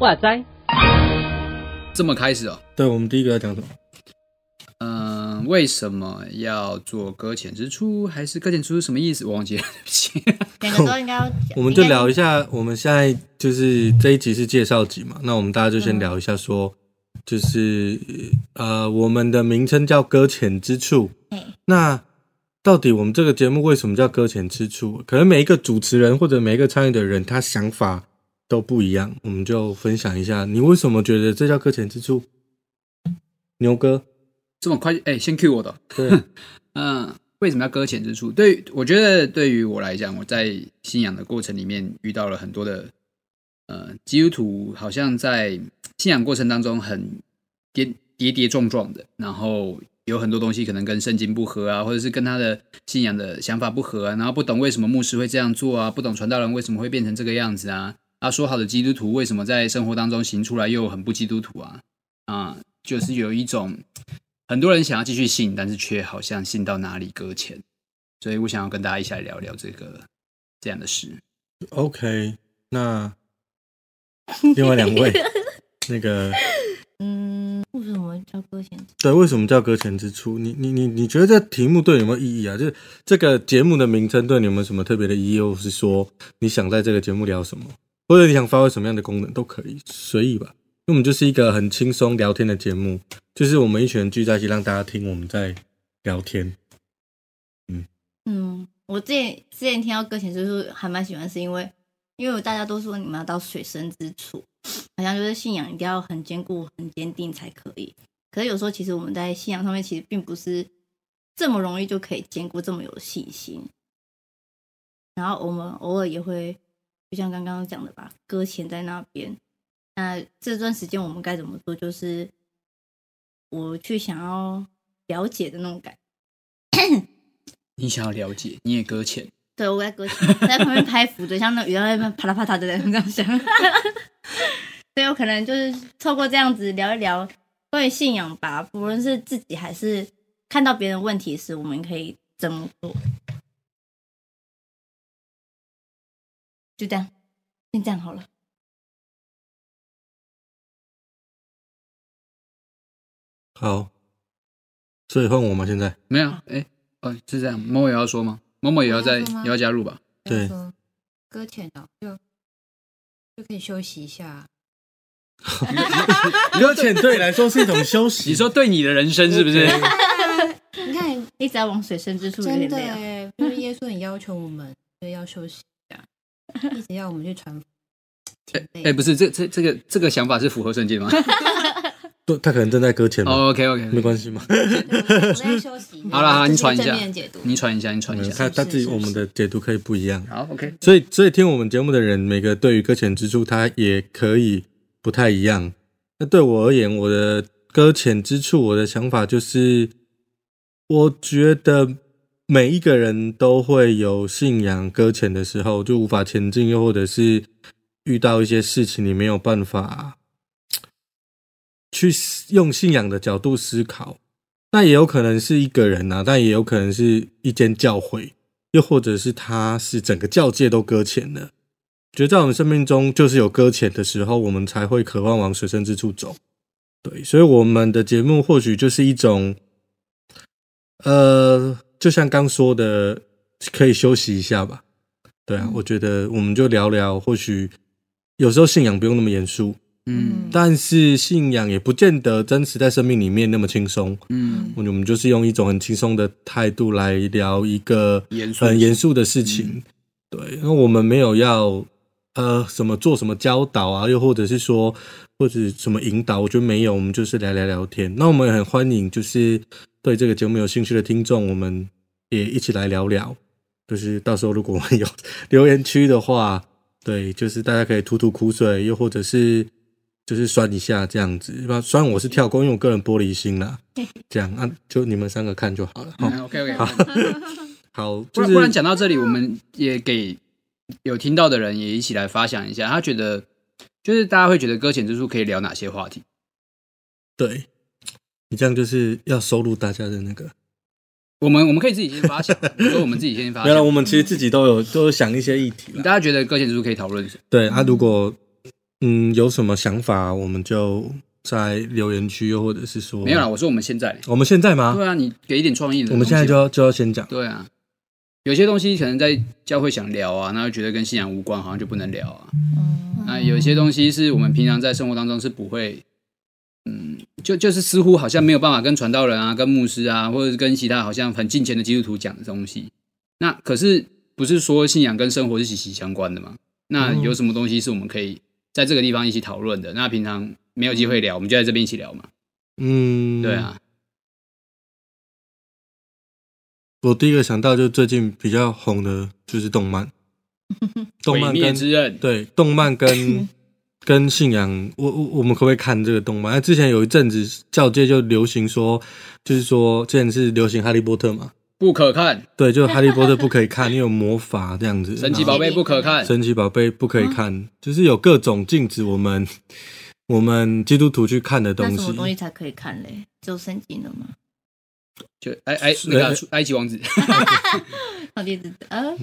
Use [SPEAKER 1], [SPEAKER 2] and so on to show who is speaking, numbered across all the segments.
[SPEAKER 1] 哇塞！
[SPEAKER 2] 这么开始哦。
[SPEAKER 3] 对，我们第一个要讲什么？
[SPEAKER 2] 嗯，为什么要做搁浅之初？还是搁浅之初是什么意思？我忘记了，对不起。
[SPEAKER 4] 两 个都应该要讲
[SPEAKER 3] 我们就聊一下，我们现在就是这一集是介绍集嘛，那我们大家就先聊一下说，就是呃，我们的名称叫搁浅之处。
[SPEAKER 4] 嗯
[SPEAKER 3] 那到底我们这个节目为什么叫搁浅之处？可能每一个主持人或者每一个参与的人，他想法都不一样，我们就分享一下，你为什么觉得这叫搁浅之处？牛哥，
[SPEAKER 2] 这么快？哎、先 Q 我的。
[SPEAKER 3] 对
[SPEAKER 2] 嗯，为什么要搁浅之处？对于，我觉得对于我来讲，我在信仰的过程里面遇到了很多的，呃，基督徒好像在信仰过程当中很跌跌跌撞撞的，然后有很多东西可能跟圣经不合啊，或者是跟他的信仰的想法不合啊，然后不懂为什么牧师会这样做啊，不懂传道人为什么会变成这个样子啊，啊，说好的基督徒为什么在生活当中行出来又很不基督徒啊？啊，就是有一种很多人想要继续信，但是却好像信到哪里搁浅，所以我想要跟大家一起来聊聊这个这样的事。
[SPEAKER 3] ，OK，那另外两位，那个
[SPEAKER 4] 嗯，为什么叫搁浅？
[SPEAKER 3] 对，为什么叫搁浅之处？你你你你觉得这题目对你有没有意义啊？就是这个节目的名称对你有没有什么特别的意义，或是说你想在这个节目聊什么，或者你想发挥什么样的功能都可以，随意吧。因为我们就是一个很轻松聊天的节目，就是我们一群人聚在一起，让大家听我们在聊天。
[SPEAKER 4] 嗯，我之前之前听到搁浅之处还蛮喜欢，是因为因为大家都说你们要到水深之处，好像就是信仰一定要很坚固、很坚定才可以。可是有时候其实我们在信仰上面其实并不是这么容易就可以兼顾，这么有信心。然后我们偶尔也会，就像刚刚讲的吧，搁浅在那边。那这段时间我们该怎么做？就是我去想要了解的那种感
[SPEAKER 2] 你想要了解，你也搁浅，
[SPEAKER 4] 对，我在搁浅，在旁边拍浮的，像那鱼在那边啪啦啪啦的这样响。 所以我可能就是透过这样子聊一聊关于信仰吧，不论是自己还是看到别人问题时，我们可以怎么做？就这样，先这样好了。
[SPEAKER 3] 好，所以换我吗？现在
[SPEAKER 2] 没有？哎，哦，是这样。某某也要说吗？某某也要在，
[SPEAKER 5] 我要说吗
[SPEAKER 2] 也要加入吧？
[SPEAKER 3] 对
[SPEAKER 5] 说搁浅了就就可以休息一下，
[SPEAKER 3] 搁浅对你来说是一种休息
[SPEAKER 2] 你说对你的人生是不是？
[SPEAKER 5] 你看
[SPEAKER 4] 一直在往水深之处有
[SPEAKER 5] 真
[SPEAKER 4] 点
[SPEAKER 5] 的
[SPEAKER 4] 累啊。
[SPEAKER 5] 耶，就是耶稣很要求我们，所以要休息一下，一直要我们去传福音，挺累的
[SPEAKER 2] 哎，不是，这这这个这个想法是符合圣经 吗哦
[SPEAKER 3] 对，他可能正在搁浅嘛，
[SPEAKER 2] ？OK OK，
[SPEAKER 3] 没关系嘛。
[SPEAKER 5] 嗯我在休息。
[SPEAKER 2] 好啦好啦
[SPEAKER 5] 这是
[SPEAKER 2] 你传一下嗯
[SPEAKER 5] 正面解读，
[SPEAKER 2] 你传一下，你传一
[SPEAKER 3] 他
[SPEAKER 2] 下。
[SPEAKER 3] 他自己
[SPEAKER 5] 是是
[SPEAKER 3] 我们的解读可以不一样。
[SPEAKER 2] 好，OK，
[SPEAKER 3] 所以，所以听我们节目的人，每个对于搁浅之处，他也可以不太一样。那对我而言，我的搁浅之处，我的想法就是，我觉得每一个人都会有信仰搁浅的时候，就无法前进，又或者是遇到一些事情，你没有办法去思用信仰的角度思考。那也有可能是一个人呐、啊，但也有可能是一间教会。又或者是他是整个教界都搁浅了。觉得在我们生命中，就是有搁浅的时候，我们才会渴望往水深之处走。对，所以我们的节目或许就是一种，呃，就像刚说的，可以休息一下吧。对啊，我觉得我们就聊聊，或许有时候信仰不用那么严肃，
[SPEAKER 2] 嗯
[SPEAKER 3] 但是信仰也不见得真实在生命里面那么轻松。
[SPEAKER 2] 嗯，
[SPEAKER 3] 我们就是用一种很轻松的态度来聊一个
[SPEAKER 2] 严肃
[SPEAKER 3] 很严肃的事情。对，那我们没有要呃什么做什么教导啊，又或者是说或者什么引导，我觉得没有，我们就是来聊聊天。那我们很欢迎就是对这个节目有兴趣的听众，我们也一起来聊聊。就是到时候如果我们有留言区的话，对，就是大家可以吐吐苦水，又或者是就是酸一下这样子。那虽然我是跳过，因为我个人玻璃心啦，这样啊，就你们三个看就好
[SPEAKER 2] 嗯
[SPEAKER 3] 了。好，
[SPEAKER 2] OK OK，
[SPEAKER 3] 好好，
[SPEAKER 2] 不
[SPEAKER 3] 就
[SPEAKER 2] 然
[SPEAKER 3] 是
[SPEAKER 2] 不然讲到这里，我们也给有听到的人也一起来发想一下，他觉得就是大家会觉得搁浅之处可以聊哪些话题？
[SPEAKER 3] 对，你这样就是要收录大家的那个。
[SPEAKER 2] 我们我们可以自己先发想，所以我们自己先发
[SPEAKER 3] 原来
[SPEAKER 2] 想。
[SPEAKER 3] 我们其实自己都有都有想一些议题啦
[SPEAKER 2] 大。家觉得搁浅之处可以讨论什么？
[SPEAKER 3] 对啊，如果嗯有什么想法，我们就在留言区，又或者是说
[SPEAKER 2] 没有啦，，我说我们现在，
[SPEAKER 3] 我们现在吗？
[SPEAKER 2] 对啊，你给一点创意的东西
[SPEAKER 3] 我
[SPEAKER 2] 啊。
[SPEAKER 3] 们现在就要就要先讲，
[SPEAKER 2] 对啊，有些东西可能在教会想聊啊，那就觉得跟信仰无关，好像就不能聊啊。那有些东西是我们平常在生活当中是不会，嗯，就就是似乎好像没有办法跟传道人啊、跟牧师啊，或者是跟其他好像很近前的基督徒讲的东西。那可是不是说信仰跟生活是息息相关的吗？那有什么东西是我们可以在这个地方一起讨论的？那平常没有机会聊，我们就在这边一起聊嘛。
[SPEAKER 3] 嗯，
[SPEAKER 2] 对，啊，
[SPEAKER 3] 我第一个想到就最近比较红的就是动 漫，动
[SPEAKER 2] 毁
[SPEAKER 3] 漫
[SPEAKER 2] 灭
[SPEAKER 3] 跟
[SPEAKER 2] 之刃，
[SPEAKER 3] 对动漫
[SPEAKER 4] 嗯
[SPEAKER 3] 跟跟信仰，我我我们可不可以看这个动漫？哎那之前有一阵子教界就流行说，就是说之前是流行哈利波特嘛，
[SPEAKER 2] 不可看，
[SPEAKER 3] 对，就哈利波特不可以看，因为有魔法这样子，
[SPEAKER 2] 神奇宝贝不可看，
[SPEAKER 3] 神奇宝贝不可以看，
[SPEAKER 4] 嗯
[SPEAKER 3] 就是有各种禁止我们我们基督徒去看的
[SPEAKER 4] 那
[SPEAKER 3] 东
[SPEAKER 4] 什
[SPEAKER 3] 西
[SPEAKER 4] 么。东西才可以看嘞？只有圣经了吗？
[SPEAKER 2] 就埃埃那个啊埃及王子，
[SPEAKER 4] 上帝之子，呃，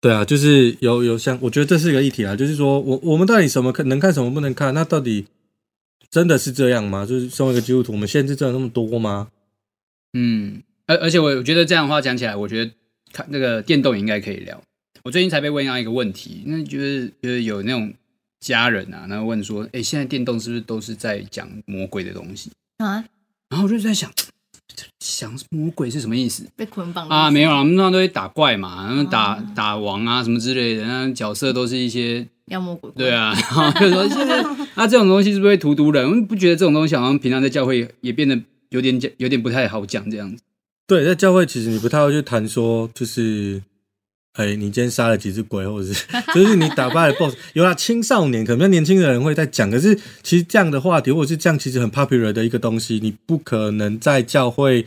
[SPEAKER 3] 对啊，就是有有像，我觉得这是一个议题啊，就是说我我们到底什么看能看什么不能看？那到底真的是这样吗？就是身为一个基督徒，我们限制真的那么多吗？
[SPEAKER 2] 嗯，而而且我我觉得这样的话讲起来，我觉得看那个电动也应该可以聊。我最近才被问到一个问题，那就是就是有那种家人啊，然后问说，哎、现在电动是不是都是在讲魔鬼的东西？
[SPEAKER 4] 啊，
[SPEAKER 2] 然后我就在想，想魔鬼是什么意思
[SPEAKER 4] 被捆绑了
[SPEAKER 2] 啊？没有啊，我们通常都会打怪嘛，然后打打王啊什么之类的，那角色都是一些
[SPEAKER 4] 妖魔鬼怪，
[SPEAKER 2] 对，啊，然后就说现在那这种东西是不是会荼毒人？我不觉得这种东西好像平常在教会也变得有点讲有点不太好讲这样子。
[SPEAKER 3] 对，在教会其实你不太会去谈说，就是哎、你今天杀了几只鬼，或者 是就是你打败了 BOSS。有啦，青少年可能比较年轻的人会在讲，可是其实这样的话题，或者是这样其实很 popular 的一个东西，你不可能在教会，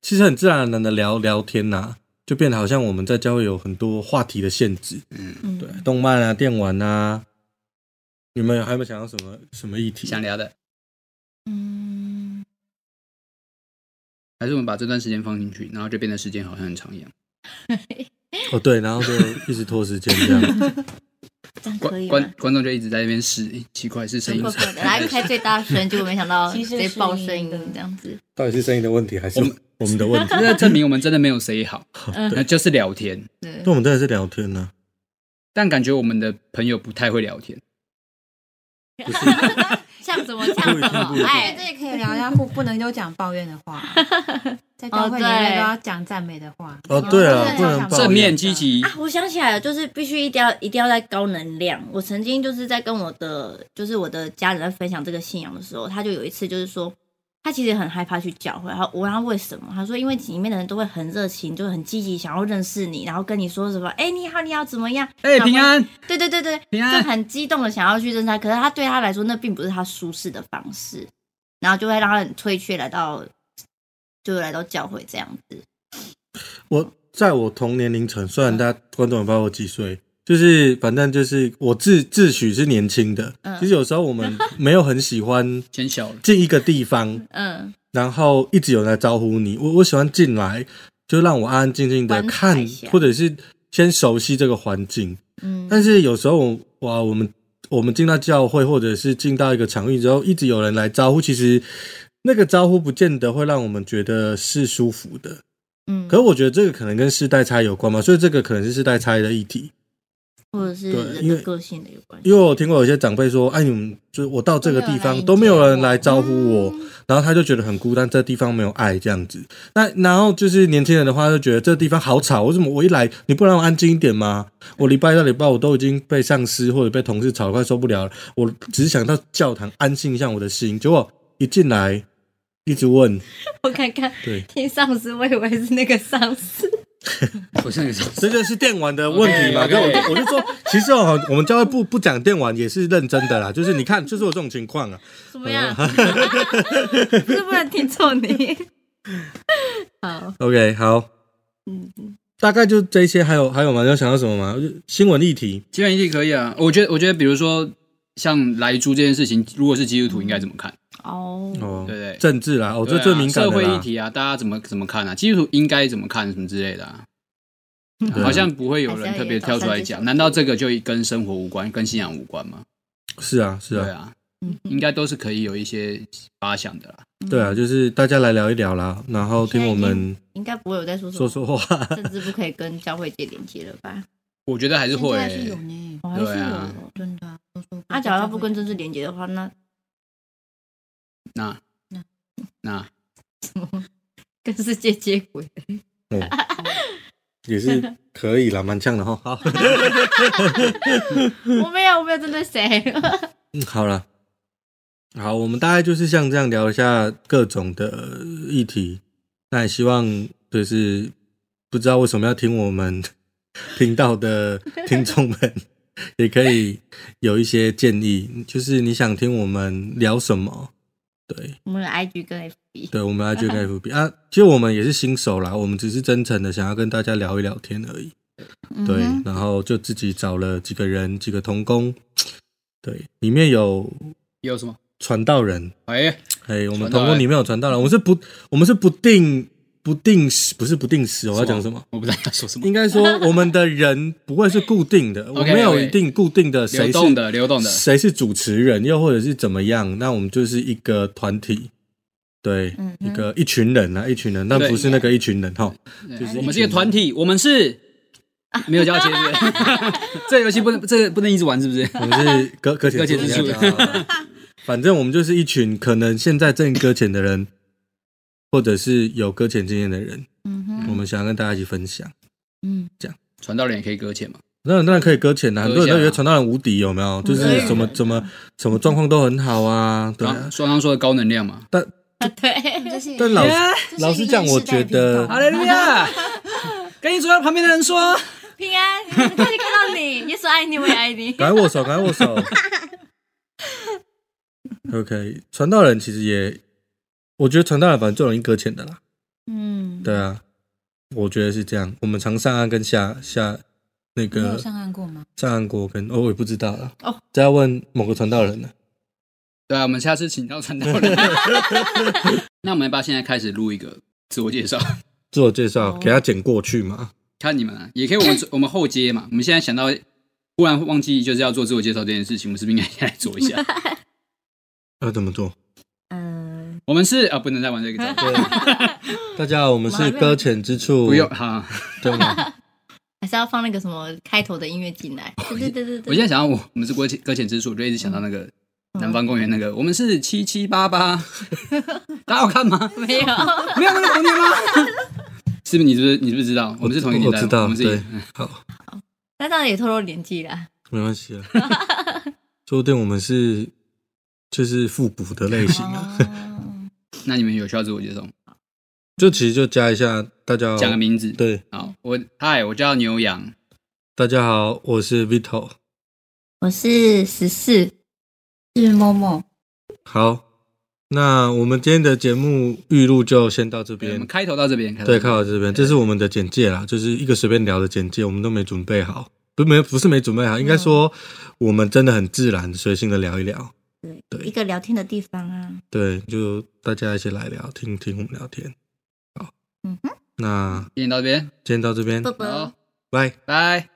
[SPEAKER 3] 其实很自然而然的聊聊天呐、就变得好像我们在教会有很多话题的限制。
[SPEAKER 4] 嗯，
[SPEAKER 3] 对，动漫啊，电玩啊，你们有还有没有想到什么什么议题？
[SPEAKER 2] 想聊的，
[SPEAKER 4] 嗯，
[SPEAKER 2] 还是我们把这段时间放进去，然后就变得时间好像很长一样。
[SPEAKER 3] 哦，对，然后就一直拖时间 这样。
[SPEAKER 4] 这样可
[SPEAKER 2] 观
[SPEAKER 4] 以啊
[SPEAKER 2] 观
[SPEAKER 4] 吗？
[SPEAKER 2] 观众就一直在那边试，诶奇怪是声音
[SPEAKER 4] 怪。 怪的，来开最大声，结果没想 到
[SPEAKER 5] 其
[SPEAKER 4] 直
[SPEAKER 5] 实
[SPEAKER 4] 接
[SPEAKER 5] 是
[SPEAKER 4] 爆
[SPEAKER 5] 你
[SPEAKER 4] 声音
[SPEAKER 5] 的
[SPEAKER 4] 这样子，
[SPEAKER 3] 到底是声音的问题，还是
[SPEAKER 2] 我们
[SPEAKER 3] 我们的问题？
[SPEAKER 2] 那证明我们真的没有谁好，那
[SPEAKER 4] 嗯，
[SPEAKER 2] 就是聊天。
[SPEAKER 4] 对
[SPEAKER 3] 那，我们真的是聊天呢、
[SPEAKER 2] 但感觉我们的朋友不太会聊天，
[SPEAKER 4] 像什么像什
[SPEAKER 3] 不一定不
[SPEAKER 4] 么
[SPEAKER 3] 一，定
[SPEAKER 5] 在这
[SPEAKER 4] 哎，
[SPEAKER 5] 里可以聊一下，不不能都讲抱怨的 话啊，在教会里
[SPEAKER 4] 哦
[SPEAKER 5] 面
[SPEAKER 4] 对
[SPEAKER 5] 都要讲赞美的话。
[SPEAKER 3] 哦，对啊，
[SPEAKER 5] 嗯
[SPEAKER 3] 不能抱
[SPEAKER 5] 抱怨
[SPEAKER 2] 正
[SPEAKER 3] 怨。
[SPEAKER 2] 面积极
[SPEAKER 4] 啊，我想起来了，就是必须一定要一定要在高能量。我曾经就是在跟我的就是我的家人在分享这个信仰的时候，他就有一次就是说，他其实很害怕去教会。然后我问他为什么，他说因为里面的人都会很热情，就很积极，想要认识你，然后跟你说什么，哎、你好，你好，怎么样？
[SPEAKER 2] 哎、
[SPEAKER 4] 然后
[SPEAKER 2] 平安，
[SPEAKER 4] 对对对对，
[SPEAKER 2] 平
[SPEAKER 4] 就
[SPEAKER 2] 安
[SPEAKER 4] 很激动的想要去认识他，可是他对他来说，那并不是他舒适的方式，然后就会让他很退却，来到就来到教会这样子。
[SPEAKER 3] 我在我同年龄层，虽然大家观众也不知道我几岁，就是反正就是我自自诩是年轻的。
[SPEAKER 4] 嗯
[SPEAKER 3] 其实有时候我们没有很喜 欢
[SPEAKER 2] 钱小了，
[SPEAKER 3] 进一个地方，
[SPEAKER 4] 嗯，
[SPEAKER 3] 然后一直有人来招呼你。我我喜欢进来，就让我安安静静的
[SPEAKER 4] 观察
[SPEAKER 3] 看
[SPEAKER 4] 一下，
[SPEAKER 3] 或者是先熟悉这个环境。
[SPEAKER 4] 嗯，
[SPEAKER 3] 但是有时候我哇，我们我们进到教会或者是进到一个场域之后，一直有人来招呼，其实那个招呼不见得会让我们觉得是舒服的。
[SPEAKER 4] 嗯
[SPEAKER 3] 可是我觉得这个可能跟世代差有关嘛，所以这个可能是世代差的议题。
[SPEAKER 4] 或者是
[SPEAKER 3] 对
[SPEAKER 4] 人
[SPEAKER 3] 因
[SPEAKER 4] 的
[SPEAKER 3] 为
[SPEAKER 4] 个性的有关系。
[SPEAKER 3] 因为我听过有些长辈说，哎，你们就是我到这个地方都没有人来嗯招呼我，然后他就觉得很孤单，这地方没有爱这样子。那然后就是年轻人的话，就觉得这地方好吵，为什么我一来你不让我安静一点吗？我礼拜到礼拜我都已经被上司或者被同事吵得快受不了了，我只是想到教堂安静一下我的心，结果一进来一直 问，
[SPEAKER 4] 我看看，
[SPEAKER 3] 对，
[SPEAKER 4] 听上司，我以为是那个上司。
[SPEAKER 2] 我现在是
[SPEAKER 3] 这就是电玩的问题嘛。
[SPEAKER 2] OK，OK
[SPEAKER 3] 跟我就我就说，其实哦，我们教会不不讲电玩也是认真的啦，就是你看，就是有这种情况啊。
[SPEAKER 4] 怎么样？ 是不能听错你。好，
[SPEAKER 3] OK，好，
[SPEAKER 4] 嗯，
[SPEAKER 3] 大概就这些，还有还有吗？你有想到什么吗？就新闻议题，
[SPEAKER 2] 基本一定可以啊。我觉得，我觉得，比如说像来猪这件事情，如果是基督徒应该怎么看？
[SPEAKER 4] 哦，
[SPEAKER 2] 嗯
[SPEAKER 3] 哦，
[SPEAKER 2] 对对
[SPEAKER 3] 政治啦，哦，
[SPEAKER 2] 对
[SPEAKER 3] 这
[SPEAKER 2] 啊
[SPEAKER 3] 最敏感
[SPEAKER 2] 社
[SPEAKER 3] 的
[SPEAKER 2] 会议
[SPEAKER 3] 啦，
[SPEAKER 2] 题啊，大家怎么怎么看啊？基督徒应该怎么看什么之类的啊？
[SPEAKER 4] 嗯
[SPEAKER 3] 对啊
[SPEAKER 2] 好像不会有
[SPEAKER 4] 还
[SPEAKER 2] 人
[SPEAKER 4] 是要
[SPEAKER 2] 特别
[SPEAKER 4] 有
[SPEAKER 2] 跳出来
[SPEAKER 4] 找三只小
[SPEAKER 2] 讲，
[SPEAKER 4] 猪
[SPEAKER 2] 难道这个就跟生活无关，跟信仰无关吗？
[SPEAKER 3] 是啊，是
[SPEAKER 2] 对
[SPEAKER 3] 啊，
[SPEAKER 2] 啊，
[SPEAKER 4] 嗯
[SPEAKER 2] 应该都是可以有一些发想的啦。
[SPEAKER 3] 对啊，就是大家来聊一聊啦，然后听我们
[SPEAKER 4] 应该不会有在说什
[SPEAKER 3] 说
[SPEAKER 4] 么，
[SPEAKER 3] 说话，
[SPEAKER 4] 甚至不可以跟教会界连接了 吧？
[SPEAKER 2] 我觉得还是
[SPEAKER 5] 现
[SPEAKER 2] 会、
[SPEAKER 5] 在是有呢，
[SPEAKER 4] 哦我还是
[SPEAKER 2] 对
[SPEAKER 4] 有
[SPEAKER 2] 啊
[SPEAKER 4] 的。
[SPEAKER 5] 真的啊。都说
[SPEAKER 4] 啊，假如他不跟政治连接的话，那
[SPEAKER 2] 那
[SPEAKER 5] 那
[SPEAKER 2] 那
[SPEAKER 4] 跟世界接轨。
[SPEAKER 3] 哦也是可以啦，蛮呛的哈。 好，
[SPEAKER 4] 我没有，我没有针对谁。
[SPEAKER 3] 嗯，好了，好，我们大概就是像这样聊一下各种的呃议题。那也希望就是不知道为什么要听我们 频道的听众 们，也可以有一些建议，就是你想听我们聊什么？对，
[SPEAKER 4] 我们的 IG 跟 FB，
[SPEAKER 3] 对，我们来就 FB 啊，其实我们也是新手啦，我们只是真诚的想要跟大家聊一聊天而已。对，
[SPEAKER 4] 嗯哼
[SPEAKER 3] 然后就自己找了几个人，几个童工，对，里面有
[SPEAKER 2] 有什么？
[SPEAKER 3] 传道人，
[SPEAKER 2] 哎，
[SPEAKER 3] 哎，我们
[SPEAKER 2] 传道
[SPEAKER 3] 童
[SPEAKER 2] 人
[SPEAKER 3] 工里面有传道人，我们是不，我们是不定不定时，不是不定时，哦我要讲什么？
[SPEAKER 2] 我不知道要说什么。
[SPEAKER 3] 应该说我们的人不会是固定 的，我
[SPEAKER 2] OK，
[SPEAKER 3] 没有
[SPEAKER 2] OK
[SPEAKER 3] 一定固定的谁
[SPEAKER 2] 流
[SPEAKER 3] 是
[SPEAKER 2] 动的，流动的，
[SPEAKER 3] 谁是主持人，又或者是怎么样，那我们就是一个团体，对，
[SPEAKER 4] 嗯哼
[SPEAKER 3] 一个一群人啊，一群人，但
[SPEAKER 2] 对
[SPEAKER 3] 不是那个一群人哈。
[SPEAKER 2] 对
[SPEAKER 3] 就是
[SPEAKER 2] 我
[SPEAKER 3] 一
[SPEAKER 2] 们是
[SPEAKER 3] 群
[SPEAKER 2] 一个团体，我们是
[SPEAKER 5] 啊
[SPEAKER 2] 没有交接，是不是 这游戏不能，这个不能一直玩，是不是？
[SPEAKER 3] 我们是 搁搁
[SPEAKER 2] 搁
[SPEAKER 3] 浅
[SPEAKER 2] 浅
[SPEAKER 3] 之
[SPEAKER 2] 之
[SPEAKER 3] 处
[SPEAKER 2] 处，
[SPEAKER 3] 反正我们就是一群可能现在正搁浅的人，或者是有搁浅经验的人，
[SPEAKER 4] 嗯
[SPEAKER 3] 我
[SPEAKER 4] 哼，
[SPEAKER 3] 们想要跟大家一起分享。
[SPEAKER 4] 嗯，
[SPEAKER 2] 传道人也可以搁浅嘛？
[SPEAKER 3] 那当然可以搁浅啦，很多人
[SPEAKER 2] 搁浅
[SPEAKER 3] 都
[SPEAKER 2] 啊
[SPEAKER 3] 觉得传道人无敌，有没有？就是
[SPEAKER 4] 可以
[SPEAKER 3] 什么
[SPEAKER 4] 的
[SPEAKER 3] 怎么什么状况都很好啊，对啊。
[SPEAKER 2] 刚刚刚说的高能量嘛？
[SPEAKER 4] 对，
[SPEAKER 3] 但老
[SPEAKER 5] 这是一个
[SPEAKER 3] 老实讲，
[SPEAKER 5] 世代
[SPEAKER 3] 我觉
[SPEAKER 5] 频道
[SPEAKER 3] 得
[SPEAKER 2] 哈利路亚！跟你坐在旁边的人说，
[SPEAKER 4] 平安，很开心看到 你，耶稣爱你，我也爱你。
[SPEAKER 3] 赶快握手，赶快握手。OK，传道人其实也，我觉得传道人反正最容易搁浅的啦。
[SPEAKER 4] 嗯，
[SPEAKER 3] 对啊，我觉得是这样。我们常上岸跟下下那
[SPEAKER 5] 你有
[SPEAKER 3] 个
[SPEAKER 5] 上岸过吗？
[SPEAKER 3] 上岸过跟哦，我也不知道了。
[SPEAKER 4] 哦，
[SPEAKER 3] 这要问某个传道人了。
[SPEAKER 2] 对啊，我们下次请到传道人。 那我们要不要现在开始录一个自我介绍？
[SPEAKER 3] 自我介绍，给他剪过去嘛。
[SPEAKER 2] 看你们啊，也可以我 们我们后接嘛。我们现在想到，忽然忘记就是要做自我介绍这件事情，我们是不是应该先来做一下？
[SPEAKER 3] 要怎么做？
[SPEAKER 4] 嗯，
[SPEAKER 2] 我们是啊，不能再玩这 个招，
[SPEAKER 3] 对，大家好，我们是搁浅之处。
[SPEAKER 2] 不用，好。
[SPEAKER 3] 对吗？
[SPEAKER 4] 还是要放那个什么开头的音乐进来。
[SPEAKER 3] 哦
[SPEAKER 4] 对对对对
[SPEAKER 2] 我
[SPEAKER 4] 对，
[SPEAKER 2] 现在想到我我们是搁浅搁浅之处，我就一直想到那个南方公园那个，我们是七七八 八，大家有看吗？
[SPEAKER 4] 没有，
[SPEAKER 2] 没有那个童年吗？ 是不是你是不是你是不是知道我们是同一个年代吗？
[SPEAKER 3] 我知道，
[SPEAKER 2] 我们是一
[SPEAKER 3] 对
[SPEAKER 2] 嗯，
[SPEAKER 3] 好，
[SPEAKER 4] 那当然也透露年纪啦。
[SPEAKER 3] 没关系啊。 说不定我们是就是复古的 类型啊，
[SPEAKER 4] 哦，
[SPEAKER 2] 那你们有需要自我介绍吗？
[SPEAKER 3] 就其实就加一下大家好
[SPEAKER 2] 讲个名字。
[SPEAKER 3] 对，
[SPEAKER 2] 好，我嗨，我叫牛羊，
[SPEAKER 3] 大家好，我是 Vito。
[SPEAKER 4] 我是十四，
[SPEAKER 5] 是某某，
[SPEAKER 3] 好，那我们今天的节目预录就先到这
[SPEAKER 2] 对我们
[SPEAKER 3] 边。
[SPEAKER 2] 开头到这边，开头
[SPEAKER 3] 对，看到这边，这是我们的简介啦，就是一个随便聊的简介，我们都没准备好，不是没不是没准备好，
[SPEAKER 2] 嗯
[SPEAKER 3] 应该说我们真的很自然随性的聊一聊。对
[SPEAKER 4] 一个聊天的地方啊。
[SPEAKER 3] 对，就大家一起来聊，听听我们聊天。好，
[SPEAKER 4] 嗯
[SPEAKER 3] 那
[SPEAKER 2] 今天到这边，
[SPEAKER 3] 今天到这边，
[SPEAKER 4] 啵啵
[SPEAKER 2] 好，
[SPEAKER 3] 拜。
[SPEAKER 2] 拜。